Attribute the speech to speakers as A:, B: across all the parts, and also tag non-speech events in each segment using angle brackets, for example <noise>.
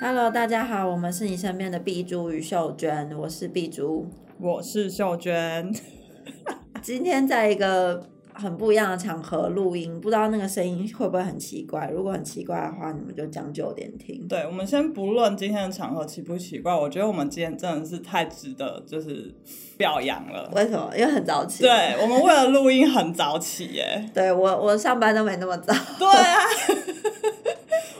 A: Hello，大家好，我们是你身边的碧珠与秀娟，我是碧珠。
B: 我是秀娟， <laughs>
A: 今天在一个很不一样的场合录音，不知道那个声音会不会很奇怪。如果很奇怪的话，你们就将就点听。
B: 对我们先不论今天的场合奇不奇怪，我觉得我们今天真的是太值得就是表扬了。
A: 为什么？因为很早起。
B: 对我们为了录音很早起耶，
A: 对，我我上班都没那么
B: <laughs>
A: 早。
B: 对啊，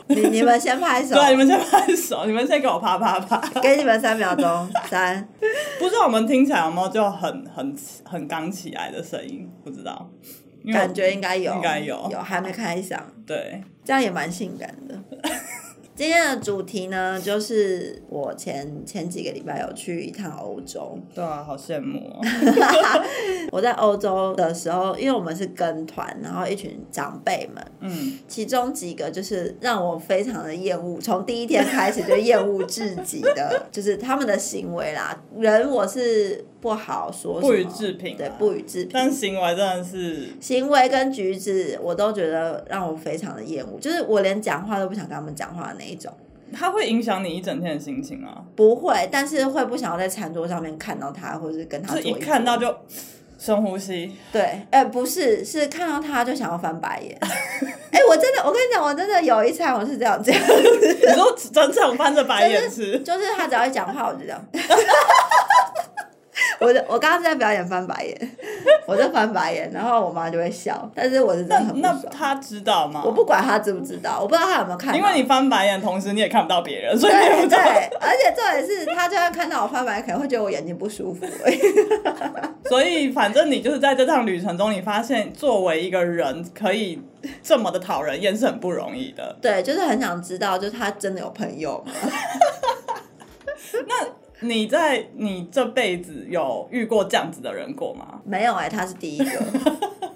A: 你你们先拍手，
B: 对，你们先拍手，你们先给我啪啪啪。 <laughs>
A: 给你们三秒钟，三。
B: 不知道我们听起来有没有就很很很刚起来的声音，不知道，因为我
A: 感觉应该有，
B: 应该有
A: 有还没开嗓，
B: 对，
A: 这样也蛮性感
B: <laughs>
A: 的。今天的主题呢，就是我前前几个礼拜有去一趟欧洲。
B: 对啊，好羡慕哦。 <laughs>
A: 我在欧洲的时候，因为我们是跟团，然后一群长辈们，
B: 嗯，
A: 其中几个就是让我非常的厌恶，从第一天开始就厌恶至极的，就是他们的行为啦。人我是不好说什么，
B: 不予置评啊
A: 对，不予置评。
B: 但行为真的是，
A: 行为跟举止，我都觉得让我非常的厌恶，就是我连讲话都不想跟他们讲话的那一种。
B: 它会影响你一整天的心情啊，
A: 不会，但是会不想要在餐桌上面看到他，或者是跟他
B: 就
A: 啊做
B: 是一
A: 桌
B: 看到就 <laughs> 深呼吸。 <laughs>
A: 对，哎、不是，是看到他就想要翻白眼。 <laughs> 哎、我真的，我跟你讲，我真的有一餐我是这样这样，
B: 你说整场翻着白眼吃，
A: 就是他只要一讲话，我就这样。 <laughs> 我就我刚刚是在表演翻白眼，我就翻白眼，然后我妈就会笑，但是我是真的
B: 那
A: 很不
B: 那
A: 爽。
B: 他知道吗？
A: 我不管他知不知道，我不知道他有没有看到。
B: 因为你翻白眼，同时你也看不到别人，所以你也
A: 对
B: 不知
A: 对
B: 道。，
A: 而且重点是他就算看到我翻白眼，可能会觉得我眼睛不舒服。
B: 所以反正你就是在这趟旅程中，你发现作为一个人可以 <laughs> 这么的讨人厌是很不容易
A: <laughs>
B: 的。
A: 对，就是很想知道，就是他真的有朋友吗？
B: 你在你这辈子有遇过这样子的人过吗？
A: 没有哎、他是第一个。 <laughs>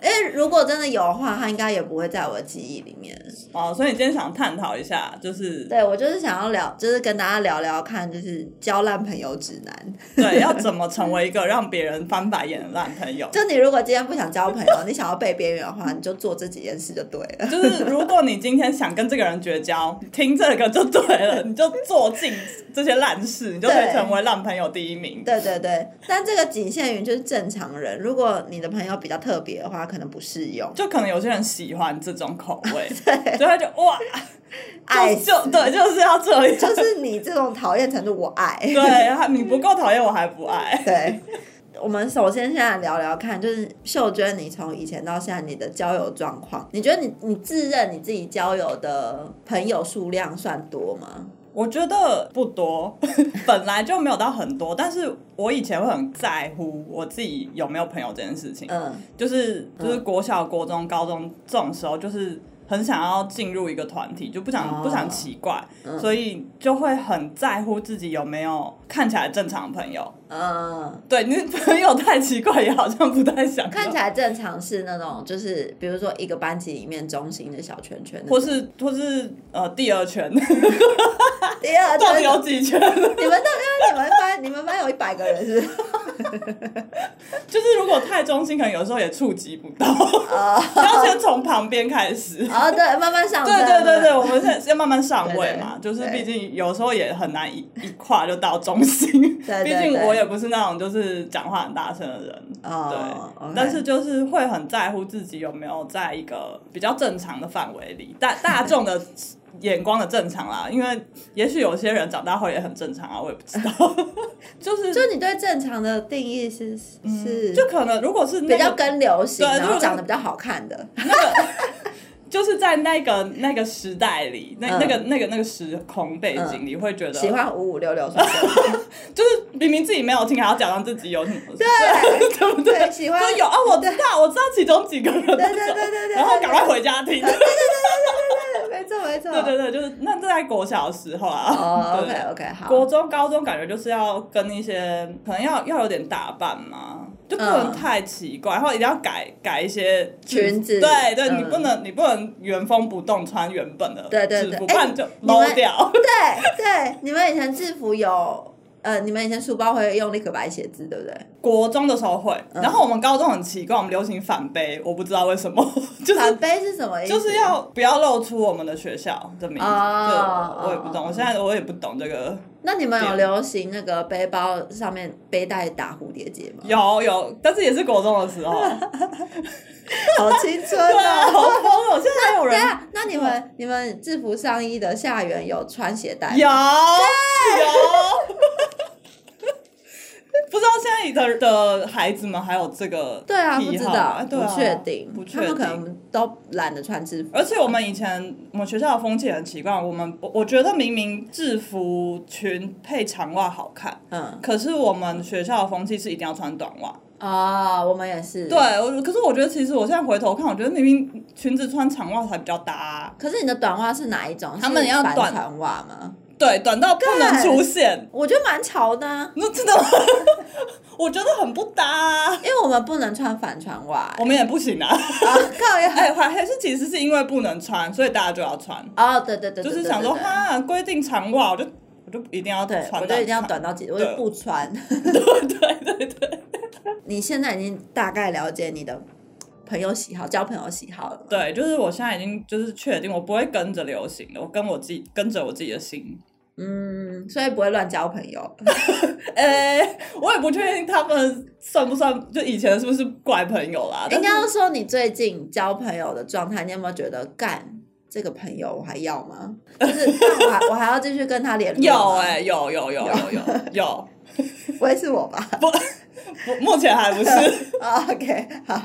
A: 因为如果真的有的话，他应该也不会在我的记忆里面。
B: 哦，所以你今天想探讨一下，就是
A: 对我就是想要聊，就是跟大家聊聊看，就是交烂朋友指
B: <laughs>
A: 南。
B: 对要怎么成为一个让别人翻白眼的烂
A: <laughs>
B: 朋友。
A: 就你如果今天不想交朋友，你想要被边缘的话，你就做这几件事就对了。 <laughs>
B: 就是如果你今天想跟这个人绝交，听这个就对了，你就做尽这些烂事，你就可以
A: 对
B: 成为烂朋友第一名。
A: 对对对，但这个仅限于就是正常人。如果你的朋友比较特别的话，可能不适用。
B: 就可能有些人喜欢这种口
A: <laughs>
B: 味，所以他就哇，
A: 爱 <laughs>
B: 就
A: 死
B: 就对，就是要这样，
A: <laughs> 就是你这种讨厌程度，我爱。
B: 对，他你不够讨厌我还不爱，
A: 对，我们首先先来聊聊看，就是秀娟，你从以前到现在你的交友状况，你觉得你你自认你自己交友的朋友数量算多吗？
B: 我觉得不多， <laughs> 本来就没有到很多，但是我以前会很在乎我自己有没有朋友这件事情，
A: 嗯，
B: 就是就是国小、国中、高中这种时候，就是很想要进入一个团体，就不想、
A: 哦嗯
B: 不想奇怪，所以就会很在乎自己有没有看起来正常的朋友。
A: 嗯，
B: 对你朋友太奇怪，也好像不太想
A: 看
B: 要
A: 起来正常是那种，就是比如说一个班级里面中心的小圈圈那种，
B: 或是或是呃第二圈，
A: 第二
B: <laughs> 到底
A: 圈
B: 有几圈？ <laughs>
A: 你们到底你们班你们班有一百个人是不是？
B: 就是如果太中心，可能有时候也触及不
A: <laughs>
B: 到，
A: 啊、
B: 要先从旁边开始。
A: 哦，对，慢慢上升，
B: 对对对对，
A: 慢
B: 我
A: 慢
B: 们现在是要慢慢上位嘛，
A: 对对
B: 就是
A: 对
B: 毕竟有时候也很难一一跨就到中心， <laughs>
A: 对对
B: 毕竟我也不是那种就是讲话很大声的人，
A: 哦
B: 对
A: OK
B: 但是就是会很在乎自己有没有在一个比较正常的范围里，大大
A: <laughs>
B: 众的眼光的正常啦，因为也许有些人长大后也很正常啊，我也不知道， <laughs> 就是
A: 就你对正常的定义是是、
B: 嗯就可能如果是那
A: 比较
B: 个
A: 跟流行，
B: 对
A: 然后
B: 就
A: 长得比较好看的，
B: 就是在那个那个时代里，那、
A: 嗯
B: 那个那个那个时空背景里，会觉得
A: 喜欢五五六六，对
B: 就是明明自己没有听，还要假装自己有什么事。
A: <laughs> 对不对？喜欢
B: 说有啊，我知道，我知道其中几个人，对
A: 对对对对对
B: 然后赶快回家听。
A: 没错没错，
B: 对对对，就是那这在国小的时候啊。
A: 哦
B: 对
A: ，OK OK，好，
B: 国中、高中感觉就是要跟一些，可能要要有点打扮嘛，就不能
A: 嗯
B: 太奇怪，然后一定要改改一些
A: 裙子
B: 对对，你
A: 嗯
B: 不能你不能原封不动穿原本的
A: 对对
B: 制
A: 对
B: 服，
A: 哎
B: 不然就
A: <laughs> 你们
B: low 掉。
A: 对对，你们以前制服有呃，你们以前书包会用立可白写字，对不对？
B: 国中的时候会，
A: 嗯
B: 然后我们高中很奇怪，我们流行反背，我不知道为什
A: <laughs>
B: 么，就是
A: 反背是什么意思？
B: 就是要不要露出我们的学校的名字，
A: 哦
B: 对，我也不懂，我现在我也不懂这个。
A: 那你们有流行那个背包上面背带打蝴蝶结吗？
B: 有有，但是也是国中的时
A: <laughs>
B: 候，
A: 好青春
B: 对啊，
A: 哦！
B: 好疯哦！现在还有
A: <laughs> 对
B: 人
A: 啊，那你们你们制服上衣的下缘有穿鞋带吗？
B: 有有， <laughs> 不知道现在的的孩子们还有这个
A: 对啊，不
B: 癖
A: 知
B: 好
A: 道，
B: 对啊
A: 不确定，
B: 不
A: 他
B: 确
A: 们可
B: 定。
A: 能都懒得穿制服。
B: 而且我们以前我们学校的风气很奇怪，我们我我觉得明明制服裙配长袜好看，
A: 嗯，
B: 可是我们学校的风气是一定要穿短袜。
A: 哦，我们也是。
B: 对，，我可是我觉得其实我现在回头看，我觉得明明裙子穿长袜才比较搭啊、
A: 可是你的短袜是哪一种？
B: 他们
A: 是
B: 要
A: 帆
B: 短
A: 船袜吗？
B: 对，短到不能
A: 干
B: 出现，
A: 我觉得蛮潮的、啊，
B: 那真的， <laughs> 我觉得很不搭、啊。
A: 因为我们不能穿帆船袜、
B: 我们也不行啊！
A: 啊，靠呀！
B: 哎，还还是其实是因为不能穿，所以大家就要穿，
A: 哦，对对对，对
B: 就是想说，
A: 对对
B: 哈，规定长袜，我就我就一定要
A: 对，
B: 穿，
A: 我就一定要。短到几，我就不
B: <laughs>
A: 穿。对对对，你现在已经大概了解你的朋友喜好，交朋友喜好了吗？
B: 对，就是我现在已经就是确定，我不会跟着流行的，我跟我自己跟着我自己的心。
A: 嗯，所以不会乱交朋友。
B: 嗯哎、我也不确定他们算不算，就以前是不是怪朋友啦？
A: 应
B: 但是
A: 该说你最近交朋友的状态，你有没有觉得干这个朋友我还要
B: <laughs>
A: 吗？就是那我还我还要继续跟他联络
B: 有
A: 吗
B: 哎、有有有有有有，
A: 不会是我吧
B: 不目前还
A: <laughs>
B: 不是。
A: 哦？OK，好，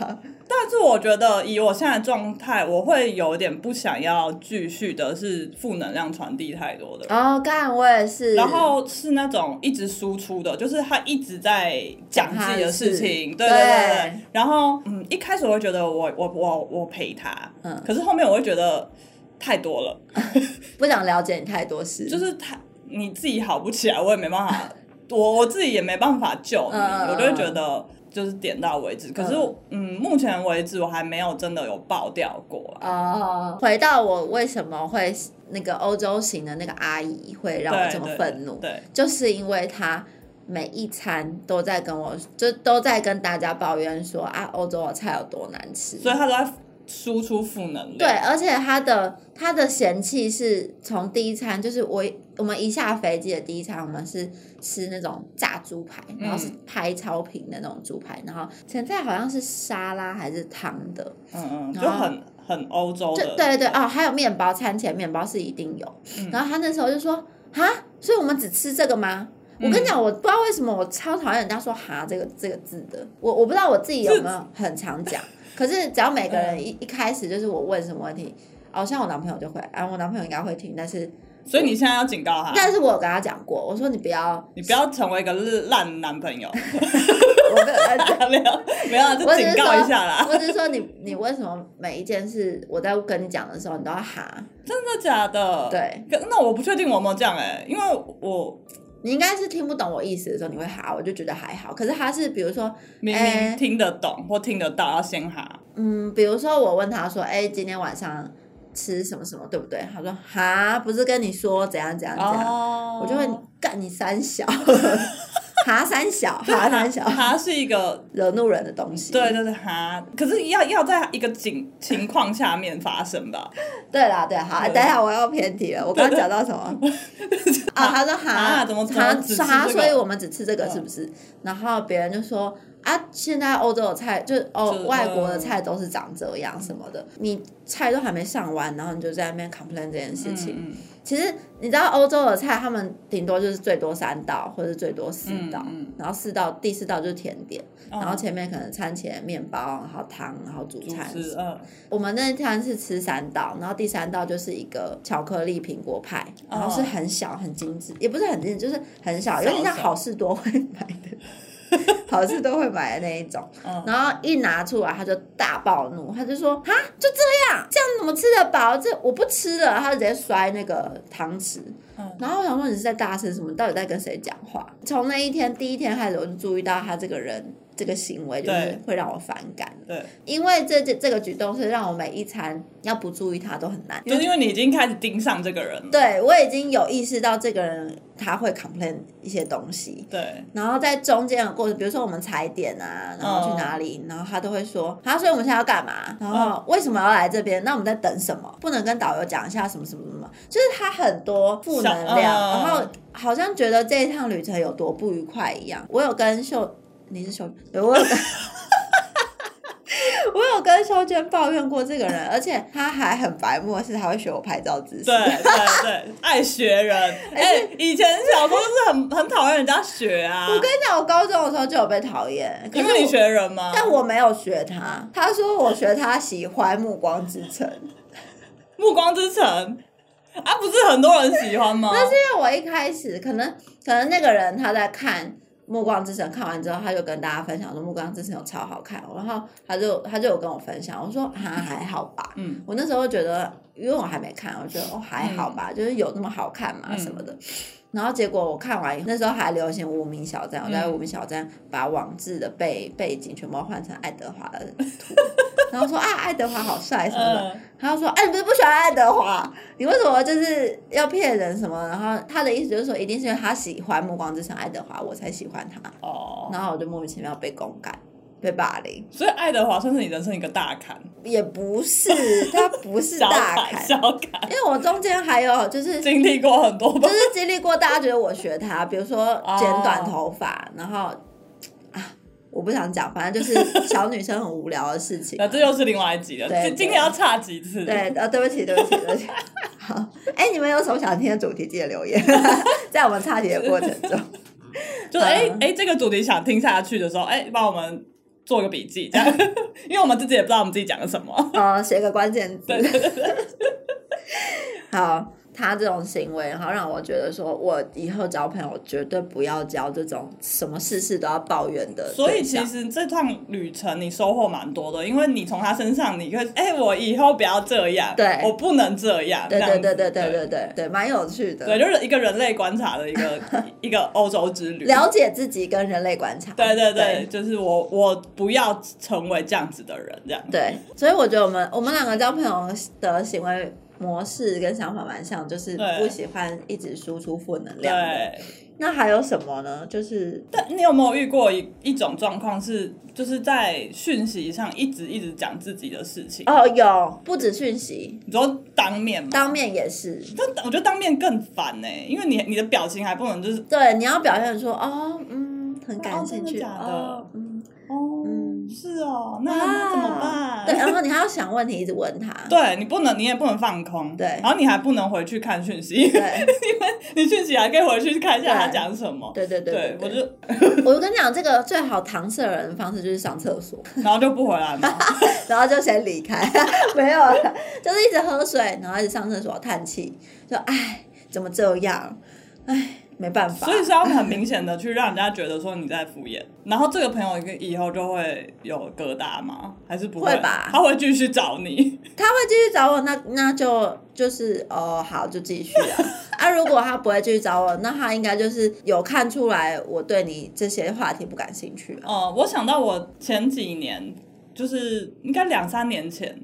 B: 但是我觉得以我现在的状态，我会有点不想要继续的是负能量传递太多的。
A: 哦，干我也是。
B: 然后是那种一直输出的，就是他一直在讲自己的事情，
A: 讲
B: 对对
A: 他的事
B: 对。对然后嗯，一开始我会觉得我我我我陪他，
A: 嗯
B: 可是后面我会觉得太多了，
A: 不想了解你太多事，
B: 就是他你自己好不起来，我也没
A: <laughs>
B: 办法，我我自己也没办法救你，
A: 嗯嗯嗯
B: 我就会觉得。就是点到为止，可是我嗯，目前为止我还没有真的有爆掉过啊。
A: 哦，回到我为什么会那个欧洲型的那个阿姨会让我
B: 对
A: 这么
B: 对
A: 愤怒，
B: 对，
A: 就是因为她每一餐都在跟我，就都在跟大家抱怨说啊，欧洲的菜有多难吃。
B: 所以他都在输出负能量。
A: 对，而且她的她的嫌弃是从第一餐，就是我我们一下飞机的第一餐，我们是吃那种炸猪排，然后是拍超平的那种猪排，然后前菜好像是沙拉还是汤的，
B: 嗯嗯，就
A: 然后
B: 很很欧洲
A: 就
B: 的。
A: 对对对哦，还有面包，餐前面包是一定有。然后他那时候就说：“哈，所以我们只吃这个吗？”我跟你讲，我不知道为什么我超讨厌人家说“哈”这个这个字的。我我不知道我自己有没有很常讲，可是只要每个人一、一开始就是我问什么问题，哦，像我男朋友就会，啊，我男朋友应该会听，但是
B: 所以你现在要警告他，
A: 但是我有跟他讲过，我说你不要，
B: 你不要成为一个烂男朋友。 <laughs>
A: 我没有跟他讲。
B: 没有没有，就
A: 我只
B: 警
A: 是
B: 告
A: 说
B: 一下啦。
A: 我只是说你，你为什么每一件事我在跟你讲的时候，你都要哈？
B: 真的假的？。
A: 对，
B: 可那我不确定我有没有这样哎、因为我
A: 你应该是听不懂我意思的时候，你会哈，我就觉得还好。可是他是比如说，
B: 明
A: 哎
B: 明听得懂或听得到，要先哈。
A: 嗯，比如说我问他说，哎、今天晚上吃什么什么，对不对？他说哈，不是跟你说怎样怎样怎样，
B: 哦
A: 我就会干你三小，
B: <laughs>
A: 哈三小，
B: 哈
A: 哈三小，
B: 啊哈是一个
A: 惹怒人的东西。
B: 对，啊就是哈，可是要要在一个情情况下面发生吧。
A: 对啦对，好，哎
B: 对
A: 等一下我要偏题了，我刚刚讲到什么？啊，他说哈，
B: 啊怎么怎么
A: 哈
B: 只吃
A: 哈，
B: 这个嗯
A: 所以我们只吃这个是不是？然后别人就说啊，现在欧洲的菜就是
B: 就
A: 哦，
B: 是嗯
A: 外国的菜都是长这样什么的，你菜都还没上完，然后你就在那边 complain 这件事情。
B: 嗯嗯
A: 其实你知道欧洲的菜，他们顶多就是最多三道或者最多四道，
B: 嗯嗯
A: 然后四道第四道就是甜点，
B: 嗯
A: 然后前面可能餐前面包，然后汤，然后主
B: 主
A: 餐。
B: 持嗯，
A: 我们那一餐是吃三道，然后第三道就是一个巧克力苹果派，然后是很小很精致，也不是很精致，就是很小，有点像
B: 哦小
A: 好事多会买的，
B: <laughs>
A: 好事多会买的那一种。
B: 嗯
A: 然后一拿出来，他就大暴怒，他就说：“哈，就这样，这样怎么吃得饱？这我不吃了。”他就直接摔那个汤匙。
B: 嗯
A: 然后我想说你是在大声什么？你到底在跟谁讲话？从那一天第一天开始，我就注意到他这个人这个行为就是
B: 对
A: 会让我反感的，
B: 对，
A: 因为这这这个举动是让我每一餐要不注意它都很难，
B: 就是因为你已经开始盯上这个人了。
A: 对我已经有意识到这个人他会 complain 一些东西，
B: 对
A: 然后在中间的过程，比如说我们踩点
B: 嗯
A: 啊，然后去哪里，然后他都会说，啊，所以我们现在要干嘛？然
B: 嗯
A: 后为什么要来这边？那我们在等什么？不能跟导游讲一下什么什么什么？就是他很多负能量，
B: 小嗯
A: 然后好像觉得这一趟旅程有多不愉快一样。我有跟秀，你是秀，对我有跟。 <laughs> 我有跟修娟抱怨过这个
B: <laughs>
A: 人，而且他还很白目，是他会学我拍照姿势。
B: 对
A: <laughs>
B: 对对，爱学人。哎、以前小时候就是很很讨厌人家学啊，
A: 我跟你讲，我高中的时候就有被讨厌，可
B: 因
A: 是
B: 为你
A: 我
B: 学人吗？
A: 但我没有学他，他说我学他喜欢《暮光之城》，
B: 《暮光之城》啊，不是很多人喜欢吗？
A: 但是因为我一开始可能可能那个人他在看《暮光之城》，看完之后他就跟大家分享说《暮光之城》有超好看，哦然后他就他就有跟我分享，我说啊还好吧，
B: 嗯，
A: 我那时候觉得因为我还没看，我觉得哦还好吧，就是有那么好看嘛
B: 嗯
A: 什么的。然后结果我看完以后，那时候还流行无名小站，我在
B: 嗯
A: 无名小站把网志的背背景全部换成爱德华的
B: <laughs>
A: 图，然后说啊爱德华好帅什么的，
B: 嗯
A: 他就说：“哎、你不是不喜欢爱德华？你为什么就是要骗人什么？”然后他的意思就是说，一定是因为他喜欢《暮光之城》爱德华，我才喜欢他。
B: 哦，
A: 然后我就莫名其妙被公干，被霸凌，
B: 所以爱德华算是你人生一个大坎，
A: 也不是，他不是
B: 小
A: 大
B: 坎，
A: 坎，
B: 小坎，
A: 因为我中间还有
B: <laughs>
A: 就是
B: 经历过很多吧
A: 就。是经历过大家觉得我学他，比如说剪短头发，然后啊，我不想讲，反正就是小女生很无聊的事
B: <laughs>
A: 情
B: 那。这又是另外一集了，
A: 对
B: 今今天要差几次？
A: 对，呃，对不起，对不起，对不起。好，哎、你们有什么想听的主题，记得留言， <laughs> 在我们插题的过程中。
B: 就是哎哎、
A: 嗯
B: 这个主题想听下去的时候，哎、帮我们做个笔记，这样，
A: <laughs>
B: 因为我们自己也不知道我们自己讲了什么。
A: <laughs> 呃，写个关键字 <laughs>
B: 对。对对对，
A: 好，他这种行为，然后让我觉得说，我以后交朋友绝对不要交这种什么事事都要抱怨的对象。
B: 所以其实这趟旅程你收获蛮多的，因为你从他身上你会，哎、我以后不要这样，
A: 对
B: 我不能这样，
A: 对，
B: 这样
A: 对
B: 子
A: 对对对对对对，蛮有趣的。
B: 对，就是一个人类观察的
A: <laughs>
B: 一个一个欧洲之旅。
A: 了解自己跟人类观察。
B: 对对
A: 对
B: 对，就是我我不要成为这样子的人，这样。
A: 对所以我觉得我们我们两个交朋友的行为模式跟想法蛮像，就是
B: 对
A: 不喜欢一直输出负能量的。
B: 对，
A: 那还有什么呢？就是
B: 但你有没有遇过一一种状况是，就是在讯息上一直一直讲自己的事情，
A: 哦，有不止讯息，
B: 你说当面嘛？
A: 当面也是。
B: 但我觉得当面更烦呢、因为你你的表情还不能就是
A: 对，你要表现说哦，嗯，很
B: 哦
A: 感
B: 真
A: 兴
B: 的
A: 趣，
B: 假的
A: 哦，嗯，
B: 哦，
A: 嗯
B: 是哦，那那怎么
A: 啊
B: 办？
A: 对，然后你还要想问题，一直问他。
B: <laughs> 对你不能，你也不能放空，
A: 对
B: 然后你还不能回去看讯息， <laughs> 因为
A: 对
B: 你讯息还可以回去看一下他
A: 对
B: 讲什么。
A: 对对对
B: 我
A: 对，
B: 就
A: 我就跟你讲，这个最好搪塞人的方式就是上厕所，
B: <laughs> 然后就不回来嘛。 <laughs>
A: 然后就先离开， <laughs> 没有了，就是一直喝水，然后一直上厕所叹气，就唉，怎么这样？唉，没办法。
B: 所以是要很明显的去让人家觉得说你在敷衍，然后这个朋友以后就会有疙瘩吗？还是不
A: 会吧
B: 他会继续找你。
A: 他会继续找我，那那就就是哦，好，就继续
B: <laughs>
A: 啊。啊，如果他不会继续找我，那他应该就是有看出来我对你这些话题不感兴趣啊。
B: 哦、我想到我前几年，就是应该两三年前，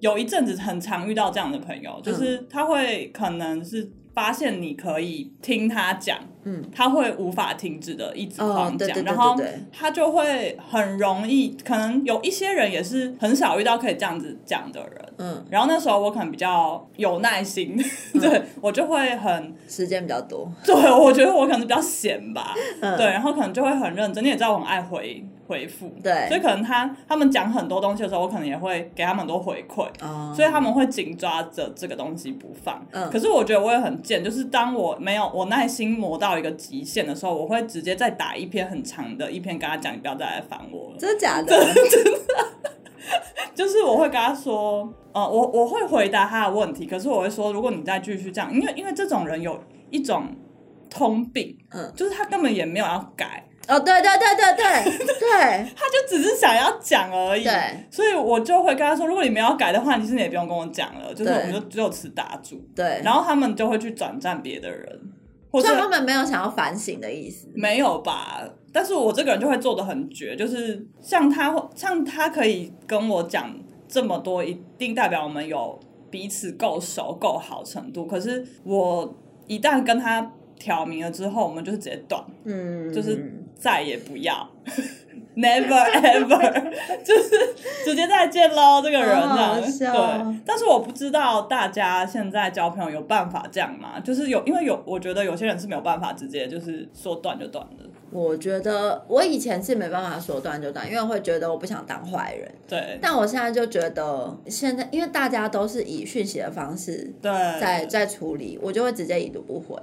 B: 有一阵子很常遇到这样的朋
A: 嗯
B: 友，就是他会可能是发现你可以听他讲，
A: 嗯，
B: 他会无法停止的一直
A: 哦
B: 狂，
A: 对
B: 讲，
A: 对对
B: 然后
A: 对对，
B: 他就会很容易，可能有一些人也是很少遇到可以这样子讲的人。
A: 嗯，
B: 然后那时候我可能比较有耐心， <laughs> 对我就会很
A: 时间比较多，
B: <laughs> 对，我觉得我可能比较闲吧，
A: 嗯
B: 对，然后可能就会很认真。你也知道我很爱回回复，
A: 对
B: 所以可能他他们讲很多东西的时候，我可能也会给他们很多回馈。
A: 哦，
B: 所以他们会紧抓着这个东西不放，
A: 嗯
B: 可是我觉得我也很贱，就是当我没有我耐心磨到一个极限的时候，我会直接再打一篇很长的一篇跟他讲，你不要再来烦我了。
A: 真的假的？
B: 就是我会跟他说，呃，我我会回答他的问题，可是我会说，如果你再继续这样，因为因为这种人有一种通病，
A: 嗯，
B: 就是他根本也没有要改，
A: 哦，对对对对
B: <laughs>
A: 对对
B: 他就只是想要讲而已。
A: 对
B: 所以我就会跟他说，如果你没有要改的话，其实你也不用跟我讲了，就是
A: 对
B: 我们就只有此打住。
A: 对，
B: 然后他们就会去转战别的人，或是
A: 虽然他们没有想要反省的意思，
B: 没有吧？但是我这个人就会做的很绝，就是像他，像他可以跟我讲这么多，一定代表我们有彼此够熟、够好程度。可是我一旦跟他挑明了之后，我们就是直接断， <laughs>
A: 嗯，
B: 就是再也不要 <laughs> ，never <laughs> ever，就是直接再见喽，这个人
A: 好
B: 这
A: 好
B: 样。
A: 笑
B: 对，但是我不知道大家现在交朋友有办法这样吗？就是有，因为有，我觉得有些人是没有办法直接就是说断就断的。
A: 我觉得我以前是没办法说断就断，因为会觉得我不想当坏人。
B: 对
A: 但我现在就觉得，现在因为大家都是以讯息的方式
B: 对，
A: 在
B: 哎、
A: 在处理，我就会直接已读不回。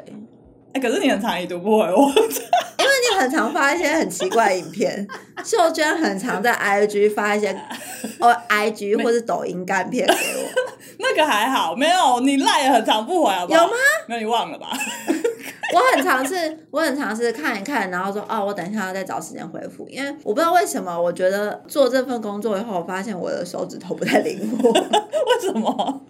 B: 可是你很常已读不回我， <laughs>
A: 因为你很常发一些很奇怪的影片，秀娟很常在 IG 发一些哦 IG 或是抖音干片给我，
B: 那个还好，没有你赖也很常不回，好不好？
A: 有吗？
B: 没有，你忘了吧？ <laughs>
A: 我很常是，我很常是看一看，然后说哦，我等一下再找时间回复，因为我不知道为什么，我觉得做这份工作以后，我发现我的手指头不太灵活。
B: 为什么？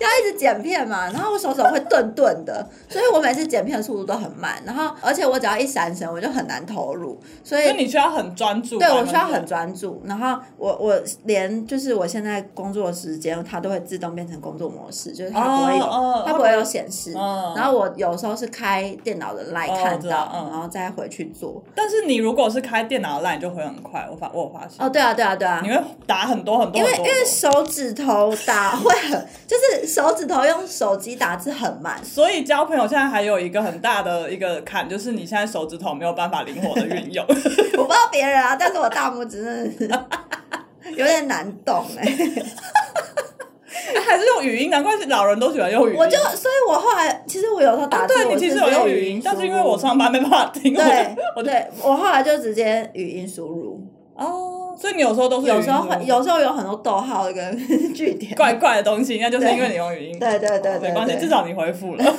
A: 要一直剪片嘛，然后我手手会顿顿的，所以我每次剪片的速度都很慢，然后而且我只要一闪神，我就很难投入，所
B: 所以
A: 以。
B: 你需要很专注吧。
A: 哎对，我需要
B: 那个
A: 很专注，然后我我连就是我现在工作时间，它都会自动变成工作模式，就是它不会有、
B: 哦哦
A: 它不会有显示。
B: 嗯
A: 然后我有时候是开电脑的 line
B: 哦
A: 看
B: 我知
A: 到
B: 道，嗯
A: 然后再回去做。
B: 但是你如果是开电脑赖，你就回很快。我发我有发现，
A: 哦，对啊，对啊，对啊，
B: 你会打很多很多
A: 因为
B: 很
A: 因
B: 多。
A: 为手指头打会很，就是手指头用手机打字很慢，
B: 所以交朋友现在还有一个很大的一个坎，就是你现在手指头没有办法灵活的运
A: <laughs>
B: 用。
A: 我不知道别人啊，但是我大拇指真的
B: <laughs>
A: 是有点难动哎、
B: 还是用语音，难怪是老人都喜欢用语音。
A: 我就，所以我后来其实我有时候打字，
B: 啊对你
A: 我
B: 其
A: 是
B: 实有用
A: 直接
B: 语音，但是因为
A: 输入
B: 我上班没办法听，我
A: 对
B: 就我就
A: 对，我后来就直接语音输入，
B: 哦，所以你有时候都是
A: 有时候
B: 语音
A: 很有时候有很多逗号跟 <laughs> 句点，
B: 怪怪的东西，那就是
A: 对
B: 因为你用语音。
A: 对对对对
B: 没关系，
A: 对
B: 至少你回复了。 <laughs>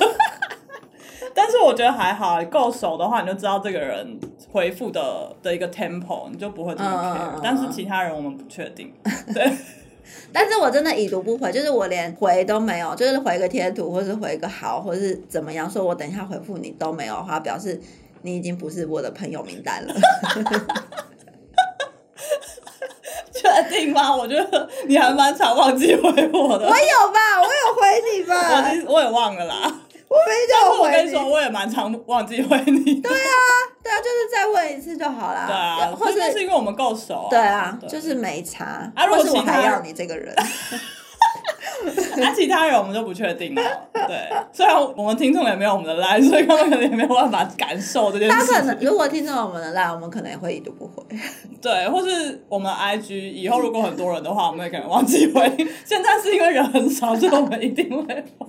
B: 但是我觉得还好，够熟的话，你就知道这个人回复的的一个 tempo，你就不会这么
A: 嗯嗯
B: care、
A: 嗯嗯
B: 但是其他人我们不确定。 <laughs>
A: 但是我真的已读不回，就是我连回都没有，就是回个贴图，或是回个好，或是怎么样，说我等一下回复你都没有的话，表示你已经不是我的朋友名单了。 <laughs>
B: 确定吗？我觉得你还蛮常忘记回我的
A: 我，有吧，我有回你
B: 我
A: 吧
B: 其，实我也忘了啦。
A: 我没有
B: <laughs> 我
A: 回
B: 跟
A: 你
B: 你。说，我也蛮常忘记回你的。对
A: 对啊，就是再问一次就好啦。
B: 啊，
A: 或
B: 真的
A: 是
B: 是因为我们够熟、啊。
A: 对啊，
B: 对
A: 就是没差。
B: 啊如
A: 或
B: 果
A: 是我
B: 其他
A: 还
B: 人
A: 要你这
B: <laughs>
A: 个人，
B: 那、啊其他人我们就不确定了。对，虽然我们听众也没有我们的 l 所以他们可能也没有办法感受这件
A: 他
B: 事
A: 可
B: 情。
A: 能如果听到我们的啦，我们可能也会已读不回。
B: 对，或是我们 IG 以后如果很多人的话，我们也可能忘记回。 <laughs> 现在是因为人很少，所以我们一定会回。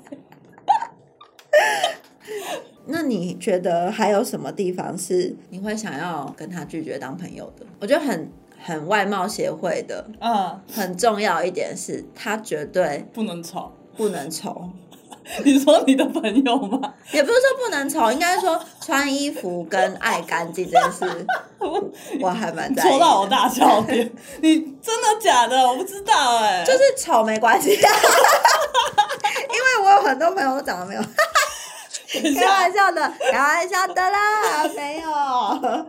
A: 那你觉得还有什么地方是你会想要跟他拒绝当朋友的？我觉得很很外貌协会的
B: 嗯，
A: 很重要一点是，他绝对
B: 不能吵。
A: 不能丑。
B: 你说你的朋友吗？
A: 也不是说不能丑，应该说穿衣服跟爱干净这件事，我我还蛮在意的。
B: 戳到我大笑
A: <laughs>
B: 点，你真的假的？我不知道哎、
A: 就是丑没关系、 <laughs> 啊，因为我有很多朋友都长得没有，
B: 等一
A: 开
B: 下
A: 玩笑的，开玩笑的 <laughs> 啦，没有。嗯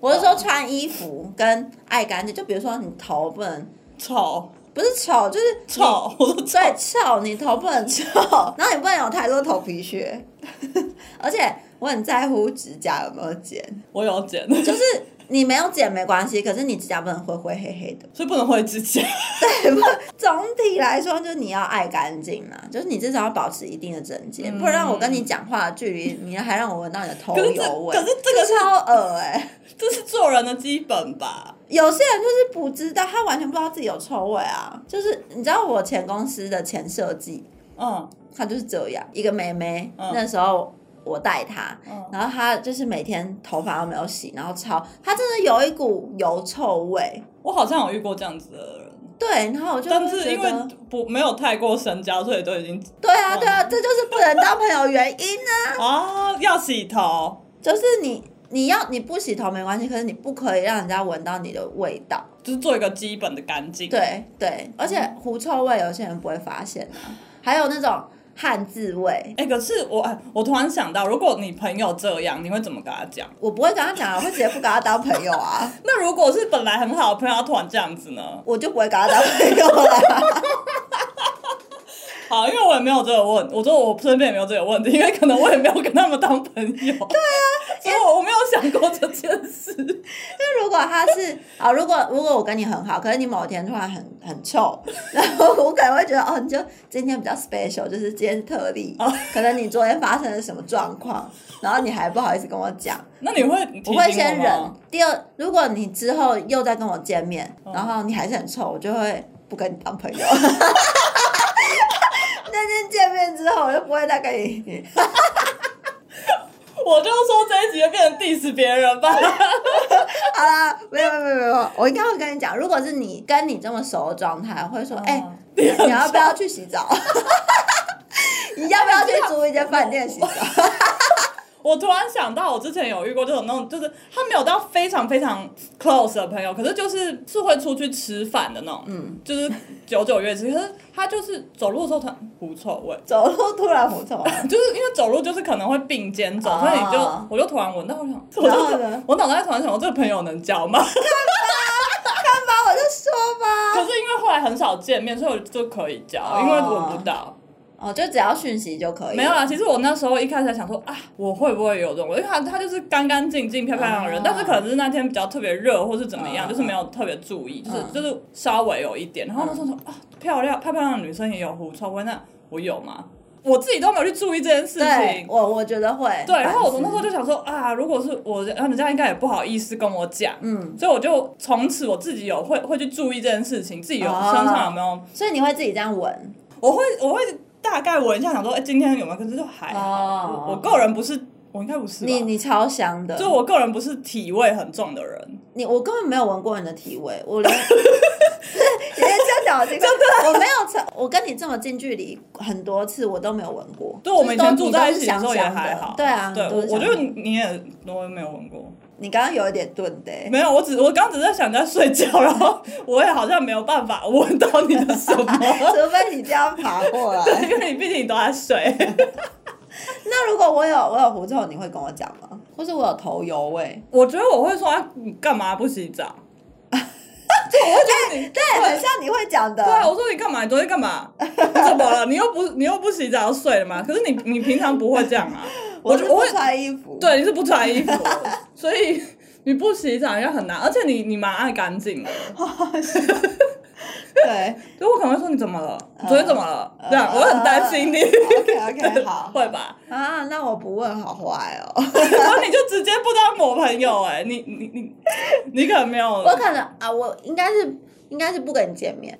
A: 我是说穿衣服跟爱干净，就比如说你头不能
B: 丑
A: 不是丑，就是你
B: 丑，我说
A: 对臭，你头不能臭， <laughs> 然后你不能有太多头皮屑， <laughs> 而且我很在乎指甲有没有剪，
B: 我有剪，
A: 就是你没有剪没关系，可是你指甲不能灰灰黑黑的。
B: 所以不能回
A: <laughs>
B: 指甲。
A: 总体来说，就是你要爱干净嘛，就是你至少要保持一定的整洁，不然我跟你讲话的距离，你还让我闻到你的头
B: 可是
A: <laughs>
B: 这
A: 油味，
B: 可是这个是
A: 超恶哎、
B: 这是做人的基本吧？
A: <laughs> 有些人就是不知道，他完全不知道自己有臭味啊。就是你知道我前公司的前设计，
B: 嗯，
A: 她就是这样一个妹妹，
B: 嗯
A: 那时候。我带她，
B: 嗯
A: 然后她就是每天头发都没有洗，然后超，她真的有一股油臭味，
B: 我好像有遇过这样子的人，
A: 对，然后我就
B: 但
A: 会
B: 是
A: 觉
B: 因为
A: 得
B: 不没有太过深交，所以都已经
A: 对啊对啊，这就是不能当朋友原因啊。
B: 啊要洗头，
A: 就是你你要你不洗头没关系，可是你不可以让人家闻到你的味道。
B: 就是做一个基本的干净。，
A: 对对，而且狐臭味有些人不会发现啊，还有那种汉字味。
B: 哎、可是我哎我突然想到，如果你朋友这样，你会怎么跟他讲？
A: 我不会跟他讲，我会直接不跟他当朋友啊， <laughs>
B: 那如果是本来很好的朋友，他突然这样子呢？
A: 我就不会跟他当朋友了。
B: 好，因为我也没有这个问，我说我身边也没有这个问题，因为可能我也没有跟他们当
A: <laughs>
B: 朋友。对啊， <laughs> 所以我我没有想过这件事。
A: 那如果他是啊，如果如果我跟你很好，可是你某天突然很很臭， <laughs> 然后我可能会觉得哦，你就今天比较 special，就是今天特例，可能你昨天发生了什么状况，然后你还不好意思跟我讲，
B: 那你会提
A: 我会
B: 醒
A: 先
B: 吗
A: 忍。第二，如果你之后又再跟我见面，
B: 嗯
A: 然后你还是很臭，我就会不跟你当朋友。 <laughs> 那天见面之后，我就不会再跟你。
B: 我就说这一集就变成 diss 别人吧。
A: 好啦，没有没有没有没有，我应该会跟你讲，如果是你跟你这么熟的状态，会
B: 嗯
A: 说，
B: <laughs>
A: 哎、
B: 你很
A: 你要不要去洗澡？你要不要去租一间饭店
B: <laughs>
A: 洗澡？
B: 我突然想到，我之前有遇过这种那种，就是他没有到非常非常 close 的朋友，可是就是是会出去吃饭的那种，嗯，就是久久约吃。可是他就是走路的时候，他狐臭味， <laughs>
A: 走路突然红肿，
B: 就是因为走路就是可能会并肩走，
A: 哦
B: 所以你就我就突然闻到，我想，我
A: 然后
B: 就
A: 呢
B: 我脑袋突然想，我这个朋友能交吗？
A: 干嘛？我就说吧。
B: 可是因为后来很少见面，所以我就可以交，
A: 哦
B: 因为闻不到。
A: 哦，就只要讯息就可以。
B: 没有啊啦，其实我那时候一开始还想说啊，我会不会有这种？因为他他就是干干净净、漂漂亮亮的人，
A: 啊
B: 但是可能是那天比较特别热，或是怎么样，
A: 啊
B: 就是没有特别注意，就是、
A: 嗯
B: 就是稍微有一点。然后那时候说啊，漂亮漂漂亮的女生也有狐臭味，那我有吗？我自己都没有去注意这件事
A: 对
B: 情，。
A: 我我觉得会。
B: 对，然后
A: 反
B: 我
A: 思
B: 那时候就想说啊，如果是我，然后人家应该也不好意思跟我讲，
A: 嗯，
B: 所以我就从此我自己有会会去注意这件事情，自己有
A: 哦
B: 身上有没有
A: 所以你会自己这样闻
B: 我会我会大概闻一下，想说，哎、今天有没有？可是就还好。
A: 哦
B: 哎我我个人不是，我应该不是吧
A: 你，你超香的。
B: 就我个人不是体味很重的人，
A: 你我根本没有闻过你的体味，我
B: <laughs>
A: 连你连这样讲真的，我没有曾，我跟你这么近距离很多次，我都没有闻过。
B: 对我们以前住在一起的
A: 的
B: 时候也还好。
A: 对啊，
B: 对
A: 你
B: 我
A: 都是
B: 我觉
A: 香
B: 得
A: 香的
B: 你也我也没有闻过，
A: 你刚刚有一点钝的欸、
B: 没有，我只我刚只是在想在睡觉，然后我也好像没有办法闻到你的
A: <laughs>
B: 什么，
A: 除非你这样爬过
B: <laughs>
A: 来。
B: 因为你毕竟你都在睡。
A: 那如果我有我有狐臭，你会跟我讲吗？或是我有头油味？
B: 我觉得我会说，啊你干嘛不洗澡？对，
A: 对，很像你会讲的。
B: 对啊，我说你干嘛？你昨天干嘛？怎么了？你又不你又不洗澡睡了吗？可是你你平常不会这样啊？
A: <laughs>
B: 我
A: 我是
B: 就我
A: 不
B: 会
A: 穿衣服。，
B: 对你是不穿衣服， <laughs> 所以你不洗澡应该很难，而且你你蛮爱干净的。
A: 对
B: 就我可能会说你怎么了？
A: 嗯
B: 你昨天怎么了？这样我会很担心你，
A: ，OK
B: <laughs>
A: OK，好。嗯
B: 会吧？
A: 啊，那我不问好坏哦。
B: 然后你就直接不当我朋友哎、你你你你可能没有，
A: <laughs> 我可能啊，我应该是应该是不跟你见面。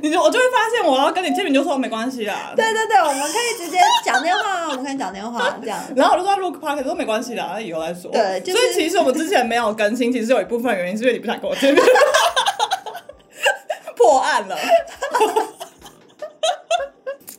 B: 你就我就会发现我要跟你见面就说没关系啦。
A: 对对对，我们可以直接讲电话，我们可以讲电话啊这样。
B: 然后我就说录 p o d c a s 说没关系的，那以后再说。
A: 对就是
B: 所以其实我们之前没有更新，其实有一部分原因是因为你不想跟我
A: <laughs>
B: 见面，破案了。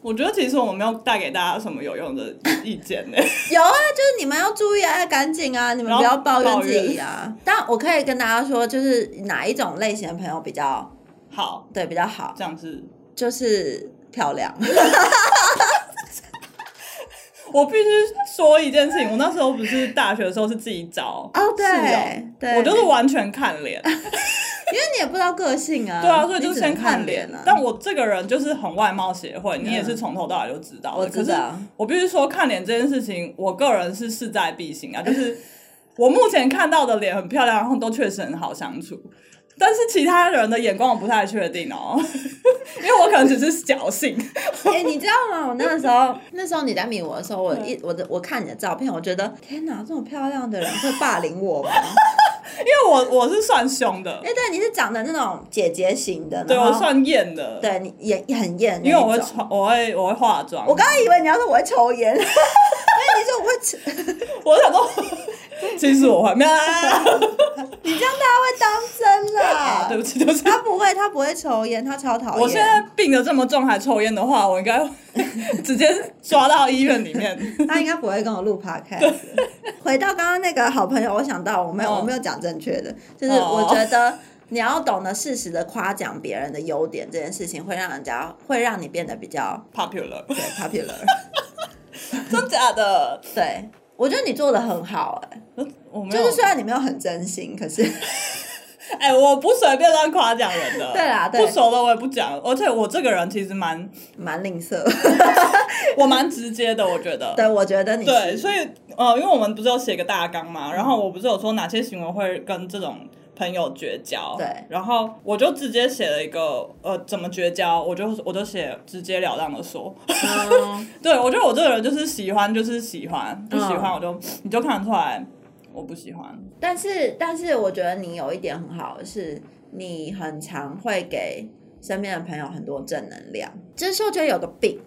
B: 我觉得其实我们没有带给大家什么有用的意见呢、
A: <laughs> 有啊，就是你们要注意爱干净啊，你们不要抱怨自己啊。 <laughs> 但我可以跟大家说，就是哪一种类型的朋友比较
B: 好，
A: 对比较好，
B: 这样子，
A: 就是漂亮。 <laughs>
B: 我必须说一件事情，我那时候不是大学的时候是自己找
A: 哦，对
B: 室友
A: 对，
B: 我就是完全看脸，
A: 因为你也不知道个性啊。
B: 对啊，所以
A: 你
B: 就是
A: 只能
B: 先
A: 看
B: 脸
A: 啊。
B: 但我这个人就是很外貌协会，你也是
A: 嗯
B: 从头到尾就知道的。
A: 我
B: 可
A: 知
B: 是
A: 道
B: 我必须说，看脸这件事情，我个人是势在必行啊。就是我目前看到的脸很漂亮，然后都确实很好相处。但是其他人的眼光我不太确定哦， <laughs> 因为我可能只是侥幸。
A: <laughs> 哎、你知道吗？我那个时候，那时候你在迷我的时候，我一我的我看你的照片，我觉得天哪，这么漂亮的人会霸凌我吗？
B: 因为我我是算凶的
A: 哎、，对，你是长得那种姐姐型的，
B: 对
A: 然
B: 我
A: 后
B: 算艳的，
A: 哦对你也也很艳那一
B: 因
A: 种，
B: 为我会穿，我会我会化妆。
A: 我刚刚以为你要说我会抽烟， <laughs> 因为你说我会抽，
B: 我想说， <laughs> 其实我会没有啊，
A: 你这样大家会当真 <laughs>
B: 对
A: 啦。
B: 不起，对不起。
A: 他不会，他不会抽烟，他超讨厌。
B: 我现在病得这么重还抽烟的话，我应该 <laughs> 直接抓到医院里面。
A: 他应该不会跟我录 podcast。回到刚刚那个好朋友，我想到我没有、
B: 哦
A: 我没有讲正确的，就是
B: 哦
A: 我觉得你要懂得适时的夸奖别人的优点，这件事情会让人家会让你变得比较
B: popular，
A: 对 <laughs> popular。 <laughs>
B: 真假的？
A: 对，我觉得你做的很好、哎，
B: 我没
A: 就
B: 有，
A: 是虽然你没有很真心，可是
B: 哎、我不随便乱夸奖人的。
A: 对啦对
B: 不熟的我也不讲，而且我这个人其实蛮，
A: 蛮吝啬。 <laughs>
B: 我蛮直接的，我觉得。
A: 对，我觉得你
B: 对，
A: 是
B: 所以呃，因为我们不是有写个大纲嘛，然后我不是有说哪些行为会跟这种朋友绝交，
A: 对
B: 然后我就直接写了一个呃怎么绝交，我就我就写直截了当的说，
A: 嗯
B: 对我觉得我这个人就是喜欢就是喜欢，不喜欢
A: 嗯
B: 我就、你就看得出来我不喜欢，
A: 但是，但是我觉得你有一点很好的是，你很常会给身边的朋友很多正能量。就是嗅觉有个
B: <laughs>
A: 病，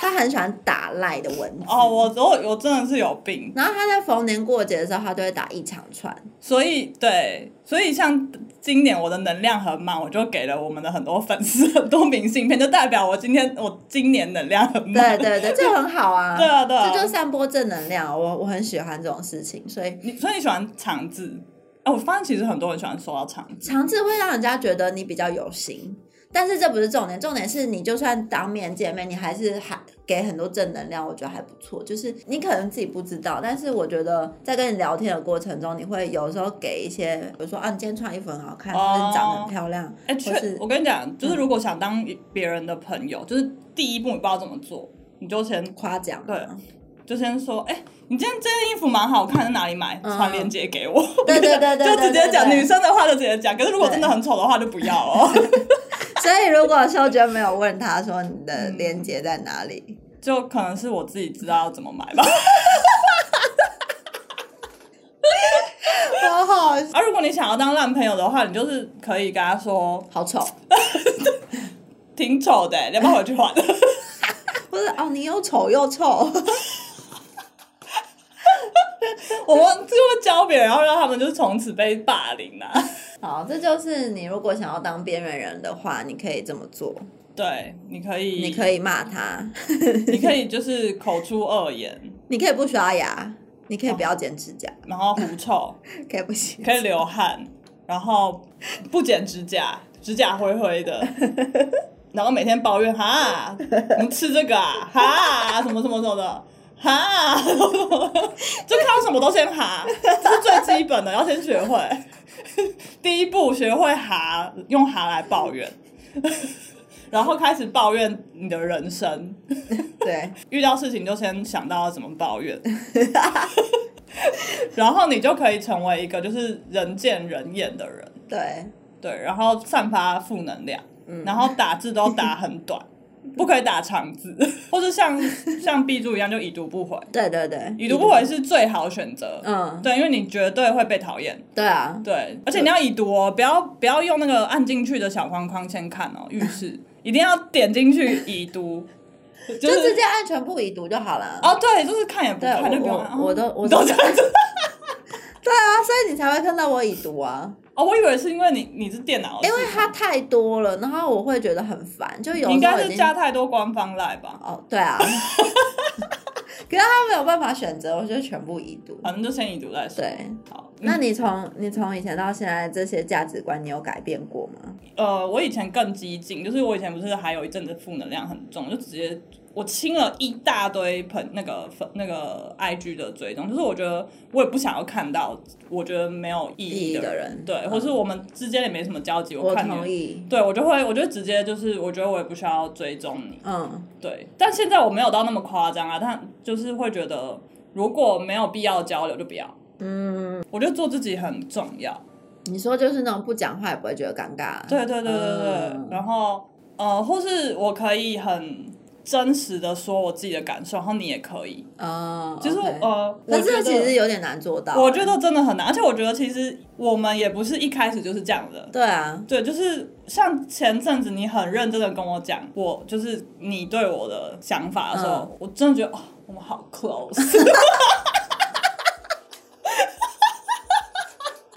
A: 他很喜欢打赖的文字。
B: 哦，我我我真的是有病，
A: 然后他在逢年过节的时候，他就会打一长串。
B: 所以对，所以像今年我的能量很满，我就给了我们的很多粉丝 <laughs> 很多明信片，就代表我今天我今年能量很满，
A: 对对对，这很好啊。
B: 嗯 <laughs> 对啊对啊
A: 这就是散播正能量。我我很喜欢这种事情，所以
B: 你所以你喜欢长字？哎、我发现其实很多人喜欢收到长字，
A: 强制会让人家觉得你比较有心。但是这不是重点，重点是你就算当面见面，你还是还给很多正能量，我觉得还不错。就是你可能自己不知道，但是我觉得在跟你聊天的过程中，你会有时候给一些，比如说啊，你今天穿衣服很好看，或者你长得很漂亮，
B: 哎、
A: 或
B: 确
A: 是，嗯
B: 我跟你讲，就是如果想当别人的朋友，就是第一步你不知道怎么做，你就先
A: 夸奖。啊
B: 就先说，哎、你今天这件衣服蛮好看，在哪里买？
A: 嗯
B: 传链接给我。
A: 对对
B: <laughs>
A: 对对对
B: 就直接讲
A: 对对
B: 女生的话就直接讲，可是如果
A: 对
B: 真的很丑的话就不要哦。 <laughs>
A: 所以如果秀娟没有问他说你的链接在哪里，
B: 就可能是我自己知道要怎么买
A: <laughs>
B: 吧。<laughs>
A: 好好
B: 啊，如果你想要当烂朋友的话，你就是可以跟他说
A: 好丑，
B: 挺丑的、你要不要回去
A: <laughs>
B: 换？
A: 不是哦，你又丑又臭， <laughs>
B: 我们就会教别人，然后让他们就是从此被霸凌啊。
A: 好，这就是你如果想要当边缘人的话，你可以这么做，
B: 对，你可以，
A: 你
B: 以，
A: 可以骂他， <laughs>
B: 你可以就是口出恶言，
A: 你可以不刷牙，你可以不要剪指甲，
B: 然后狐臭，
A: 可以不洗，
B: 哦 <laughs> 可以流汗，然后不剪指甲，指甲灰灰的，然后每天抱怨哈，能吃这个啊，哈，什么什么什么的。哈， <laughs> 就看到什么都先哈，这是最基本的，要先学会。第一步，学会哈，用哈来抱怨，然后开始抱怨你的人生，
A: 对，
B: 遇到事情就先想到要怎么抱怨， <laughs> 然后你就可以成为一个就是人见人厌的人，
A: 对，
B: 对，然后散发负能量，
A: 嗯
B: 然后打字都打很
A: <laughs>
B: 短，不可以打长字， <laughs> 或是像像 B 柱一样就已读不回，
A: 对对对，
B: 已读不回是最好选择，
A: 嗯，
B: 对，因为你绝对会被讨厌，
A: 对啊，
B: 对，而且你要已读哦，不要不要用那个按进去的小框框先看哦，浴
A: <laughs>
B: 室一定要点进去已读，就
A: 就是直接按全部已读就好了。
B: 哦，对，就是看也不
A: 对，
B: 看就不
A: 我
B: 用看。
A: 我我都
B: 哦
A: 我
B: 你都这
A: 对 <laughs>
B: 样子
A: 啊，所以你才会看到我已读啊，
B: 哦，我以为是因为你你是电脑，
A: 因为它太多了，然后我会觉得很烦，就有
B: 你应
A: 时候
B: 该
A: 已
B: 是
A: 经
B: 加太多官方赖吧，
A: 哦，对
B: <laughs>
A: 啊，可是他没有办法选择，我就全部已读。
B: 反正就先已读再说。
A: 对，
B: 哦好，嗯
A: 那你从你从以前到现在这些价值观，你有改变过吗？
B: 呃，我以前更激进，就是我以前不是还有一阵子负能量很重，就直接我清了一大堆朋那个粉那个 IG 的追踪，就是我觉得我也不想要看到我觉得没有意
A: 意
B: 义
A: 义的
B: 人，
A: 人，嗯
B: 对，或是我们之间也没什么交集，
A: 我
B: 看
A: 同
B: 你。
A: 意，
B: 对，我就会，我就直接就是，我觉得我也不需要追踪你，
A: 嗯，
B: 对，但现在我没有到那么夸张啊，但就是会觉得如果没有必要交流就不要。嗯，我觉得做自己很重要。
A: 你说就是那种不讲话也不会觉得尴尬，
B: 对对对对对，
A: 嗯
B: 然后呃，或是我可以很真实的说我自己的感受，然后你也可以。
A: 哦，
B: 就是
A: OK
B: 呃，我
A: 可
B: 觉
A: 是
B: 得
A: 其实有点难做到，
B: 我觉得真的很难，而且我觉得其实我们也不是一开始就是这样的。
A: 对啊，
B: 对，就是像前阵子你很认真的跟我讲，我就是你对我的想法的时候，
A: 嗯
B: 我真的觉得哦，我们好
A: <laughs>
B: close。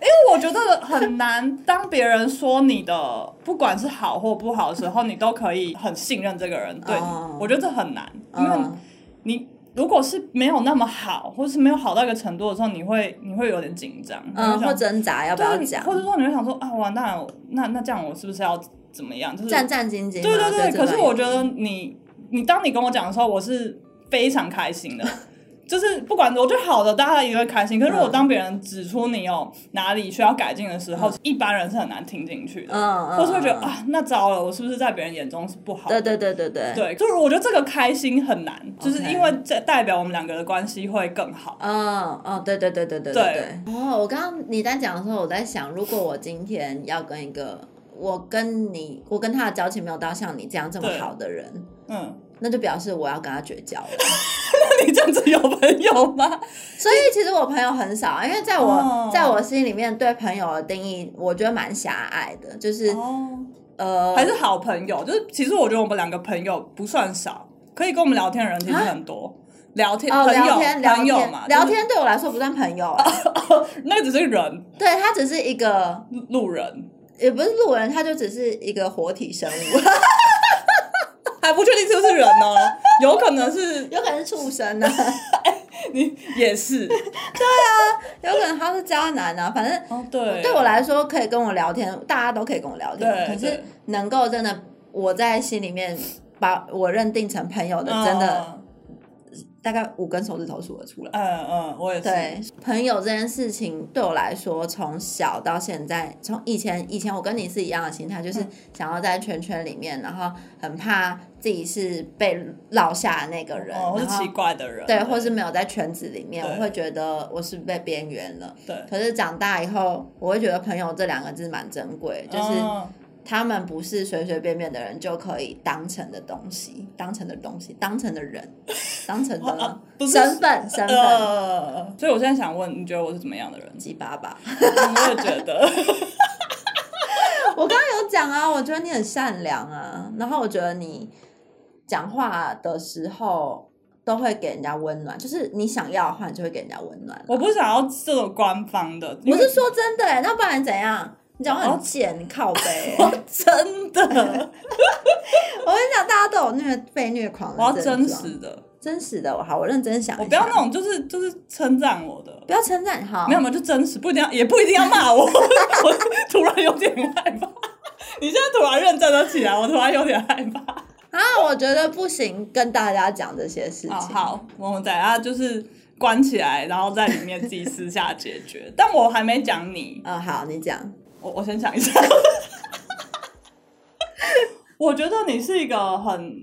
B: 因为我觉得很难，当别人说你的不管是好或不好的时候，你都可以很信任这个人。对你
A: 哦
B: 我觉得这很难，因为
A: 嗯，
B: 你如果是没有那么好，或是没有好到一个程度的时候，你会你会有点紧张，
A: 嗯，
B: 你会
A: 或
B: 想
A: 挣扎要不要
B: 对
A: 讲，
B: 或者说你会想说啊，完蛋了，那那这样我是不是要怎么样？就是
A: 战战兢兢嘛。啊
B: 对对
A: 对
B: 对，
A: 这
B: 可是
A: 段
B: 我
A: 友
B: 觉得
A: 谊
B: 你你当你跟我讲的时候，我是非常开心的，就是不管我觉得好的，大家也会开心。可是如果
A: 嗯
B: 当别人指出你有哪里需要改进的时候，一般人是很难听进去的，
A: 嗯嗯，
B: 或是会觉得
A: 嗯，
B: 啊，那糟了，我是不是在别人眼中是不好
A: 对
B: 的？
A: 对对对对，
B: 对，就是我觉得这个开心很难，就是因为这代表我们两个的关系会更好。
A: 哦哦，对对对对对
B: 对
A: 对。哦，我刚刚你在讲的时候，我在想，如果我今天要跟一个我跟你我跟他的交情没有到像你这样这么
B: 对
A: 好的人，
B: 嗯， <laughs>
A: 那就表示我要跟他绝交了。
B: 你这样子有朋友吗？
A: 所以其实我朋友很少，因为在我、
B: 哦
A: 在我心里面对朋友的定义，我觉得蛮狭隘的，就是、
B: 哦，
A: 呃，
B: 还是好朋友，就是其实我觉得我们两个朋友不算少，可以跟我们聊天的人其实很多。聊天、
A: 啊哦
B: 朋友
A: 聊天聊
B: 朋友嘛，
A: 天聊
B: 就是哦
A: 天对我来说不算朋友、啊
B: 那个只是人
A: 对他只是一个
B: 路人，
A: 也不是路人，他就只是一个活体生物，
B: <laughs> 还不确定是不是人呢，有可能是
A: 有可能是畜生啊
B: <laughs>
A: 呢、
B: 你也是
A: 有可能他是渣男啊，反正
B: 哦，对，
A: 对我来说可以跟我聊天，大家都可以跟我聊天。
B: 对
A: 可是
B: 对
A: 能够真的我在心里面把我认定成朋友的，真的
B: 嗯
A: 大概五根手指头数得出来。
B: 嗯嗯，我也是，
A: 对，朋友这件事情对我来说，从小到现在，从以前以前我跟你是一样的心态，
B: 嗯
A: 就是想要在圈圈里面，然后很怕自己是被落下的那个人，
B: 哦，我是
A: 然后
B: 奇怪的人，
A: 对，或是没有在圈子里面，
B: 对
A: 我会觉得我是被边缘了。
B: 对，
A: 可是长大以后，我会觉得朋友这两个字蛮珍贵，就是
B: 嗯
A: 他们不是随随便便的人就可以当成的东西，当成的东西，当成的人，当成
B: <laughs>
A: 的
B: 啊不是
A: 身份，身份。？
B: 呃，所以我现在想问，你觉得我是怎么样的人 <laughs>
A: 鸡巴吧，
B: 嗯我也觉得， <laughs>
A: 我刚刚有讲啊，我觉得你很善良啊，然后我觉得你讲话的时候都会给人家温暖，就是你想要的话，你就会给人家温暖啊。
B: 我不想要这种官方的，因
A: 我
B: 为
A: 是说真的、欸，那不然怎样？你讲话很贱，你靠背
B: <laughs>
A: 欸、我
B: 真 <laughs> 的。
A: 跟你讲，大家都有虐被虐狂
B: 我要
A: 的症
B: 真
A: 状。
B: 实的，
A: 真实的，我好，我认真想一下。
B: 我不要那种就是就是称赞我的，
A: 不要称赞哈，
B: 没有没有就真实，不一定要也不一定要
A: <laughs>
B: 骂我。我突然有点害怕，你现在突然认真了起来，我突然有点害怕。
A: 啊，我觉得不行，跟大家讲这些事情。
B: 哦，好，我们等一下就是关起来，然后在里面自己私下解决。但我还没讲你，
A: 嗯，好，你讲。
B: 我我先
A: <laughs>
B: 想一下。我觉得你是一个很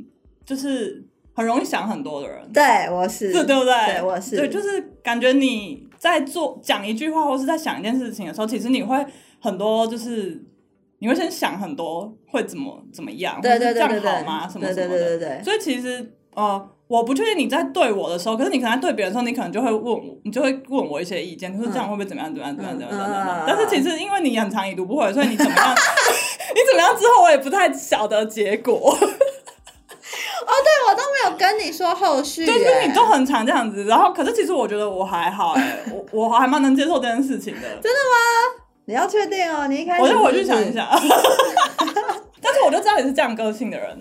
B: 就是很容易想很多的人，
A: 对，我是，
B: 是对不对？
A: 对，我是，
B: 对，就是感觉你在做讲一句话或是在想一件事情的时候，其实你会很多就是。你会先想很多会怎么怎么样，
A: 对对对
B: 或
A: 对
B: 是这样好
A: 对，
B: 吗？什么
A: 对
B: 什
A: 对
B: 么的。
A: 对对对，
B: 所以其实呃，我不确定你在对我的时候，可是你可能在对别人的时候，你可能就会问我，你就会问我一些意见，就是这样会不会怎么样怎么样怎么样怎么样怎么
A: 嗯
B: 样。但是其实因为你很常已读不回，所以你怎么样， <laughs> 你怎么样之后我也不太晓得结果。
A: 对我都没有跟你说后续、欸。
B: 对，就是你都很常这样子。然后，可是其实我觉得我还好哎、
A: <laughs>
B: 我我还蛮能接受这件事情的。
A: 你要确定哦，你一开始
B: 我就回去
A: 是不是 <laughs>
B: 想一，下，但是我就知道你是这样个性的人。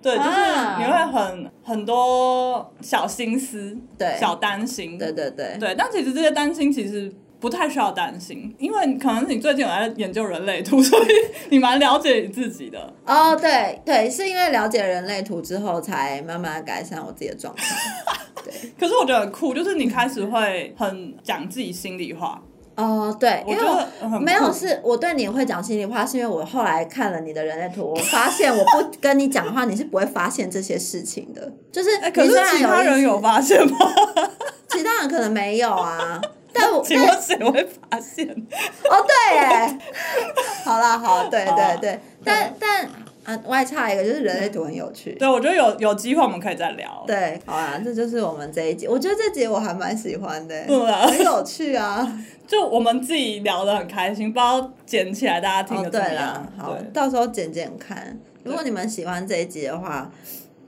B: 对，就是
A: 啊
B: 你会很很多小心思，
A: 对
B: 小担心，
A: 对对对，
B: 对，但其实这些担心其实不太需要担心，因为可能你最近有在研究人类图，所 <laughs> 以你蛮了解你自己的。
A: 哦，对对，是因为了解人类图之后，才慢慢地改善我自己的状态。
B: <laughs> 可是我觉得很酷，就是你开始会很讲自己心里话，
A: 哦，对，
B: 我
A: 因
B: 觉
A: 为我
B: 得很酷
A: 没有，是我对你会讲心里话，是因为我后来看了你的人类图，我发现我不跟你讲话，你是不会发现这些事情的。就是
B: 哎、
A: 你
B: 可是
A: 虽然
B: 其他
A: 有
B: 人
A: 意识，
B: 有发现吗？
A: 其他人可能没有
B: <laughs>
A: 啊。但我
B: 请
A: 但
B: 问谁会发现？
A: 哦，对，
B: <laughs>
A: 哎，好啦，好，对
B: 好啊
A: 对对，但但啊，外差一个就是人类图很有趣。
B: 对，我觉得有有机会我们可以再聊。
A: 对，好啦，这就是我们这一集。我觉得这集我还蛮喜欢的、
B: 嗯啊
A: 很有趣
B: <laughs>
A: 啊。
B: 就我们自己聊得很开心，不知道剪起来大家听
A: 哦，
B: 得怎么
A: 对
B: 样
A: 啦，？好
B: 对，
A: 到时候剪剪看。如果你们喜欢这一集的话，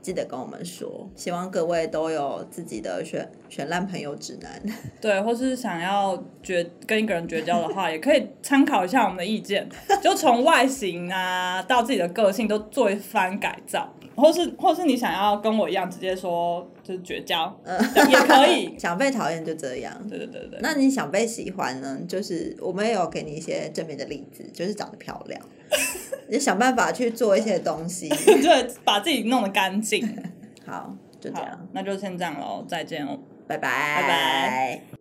A: 记得跟我们说。希望各位都有自己的选选烂朋友指南。。
B: 对，或是想要绝跟一个人绝交的话，也可以参考一下我们的意见，就从外形啊到自己的个性都做一番改造。或是或是你想要跟我一样直接说就是绝交，也可以
A: 嗯 <laughs> 想被讨厌就这样。
B: 对对对对，
A: 那你想被喜欢呢？就是我们也有给你一些正面的例子，就是长得漂亮， <laughs> 也想办法去做一些东西。
B: <laughs> 就是把自己弄得干净。
A: 好，就这
B: 好
A: 样，，
B: 那就先这样喽，再见哦。
A: 拜拜，
B: 拜
A: 拜
B: 拜。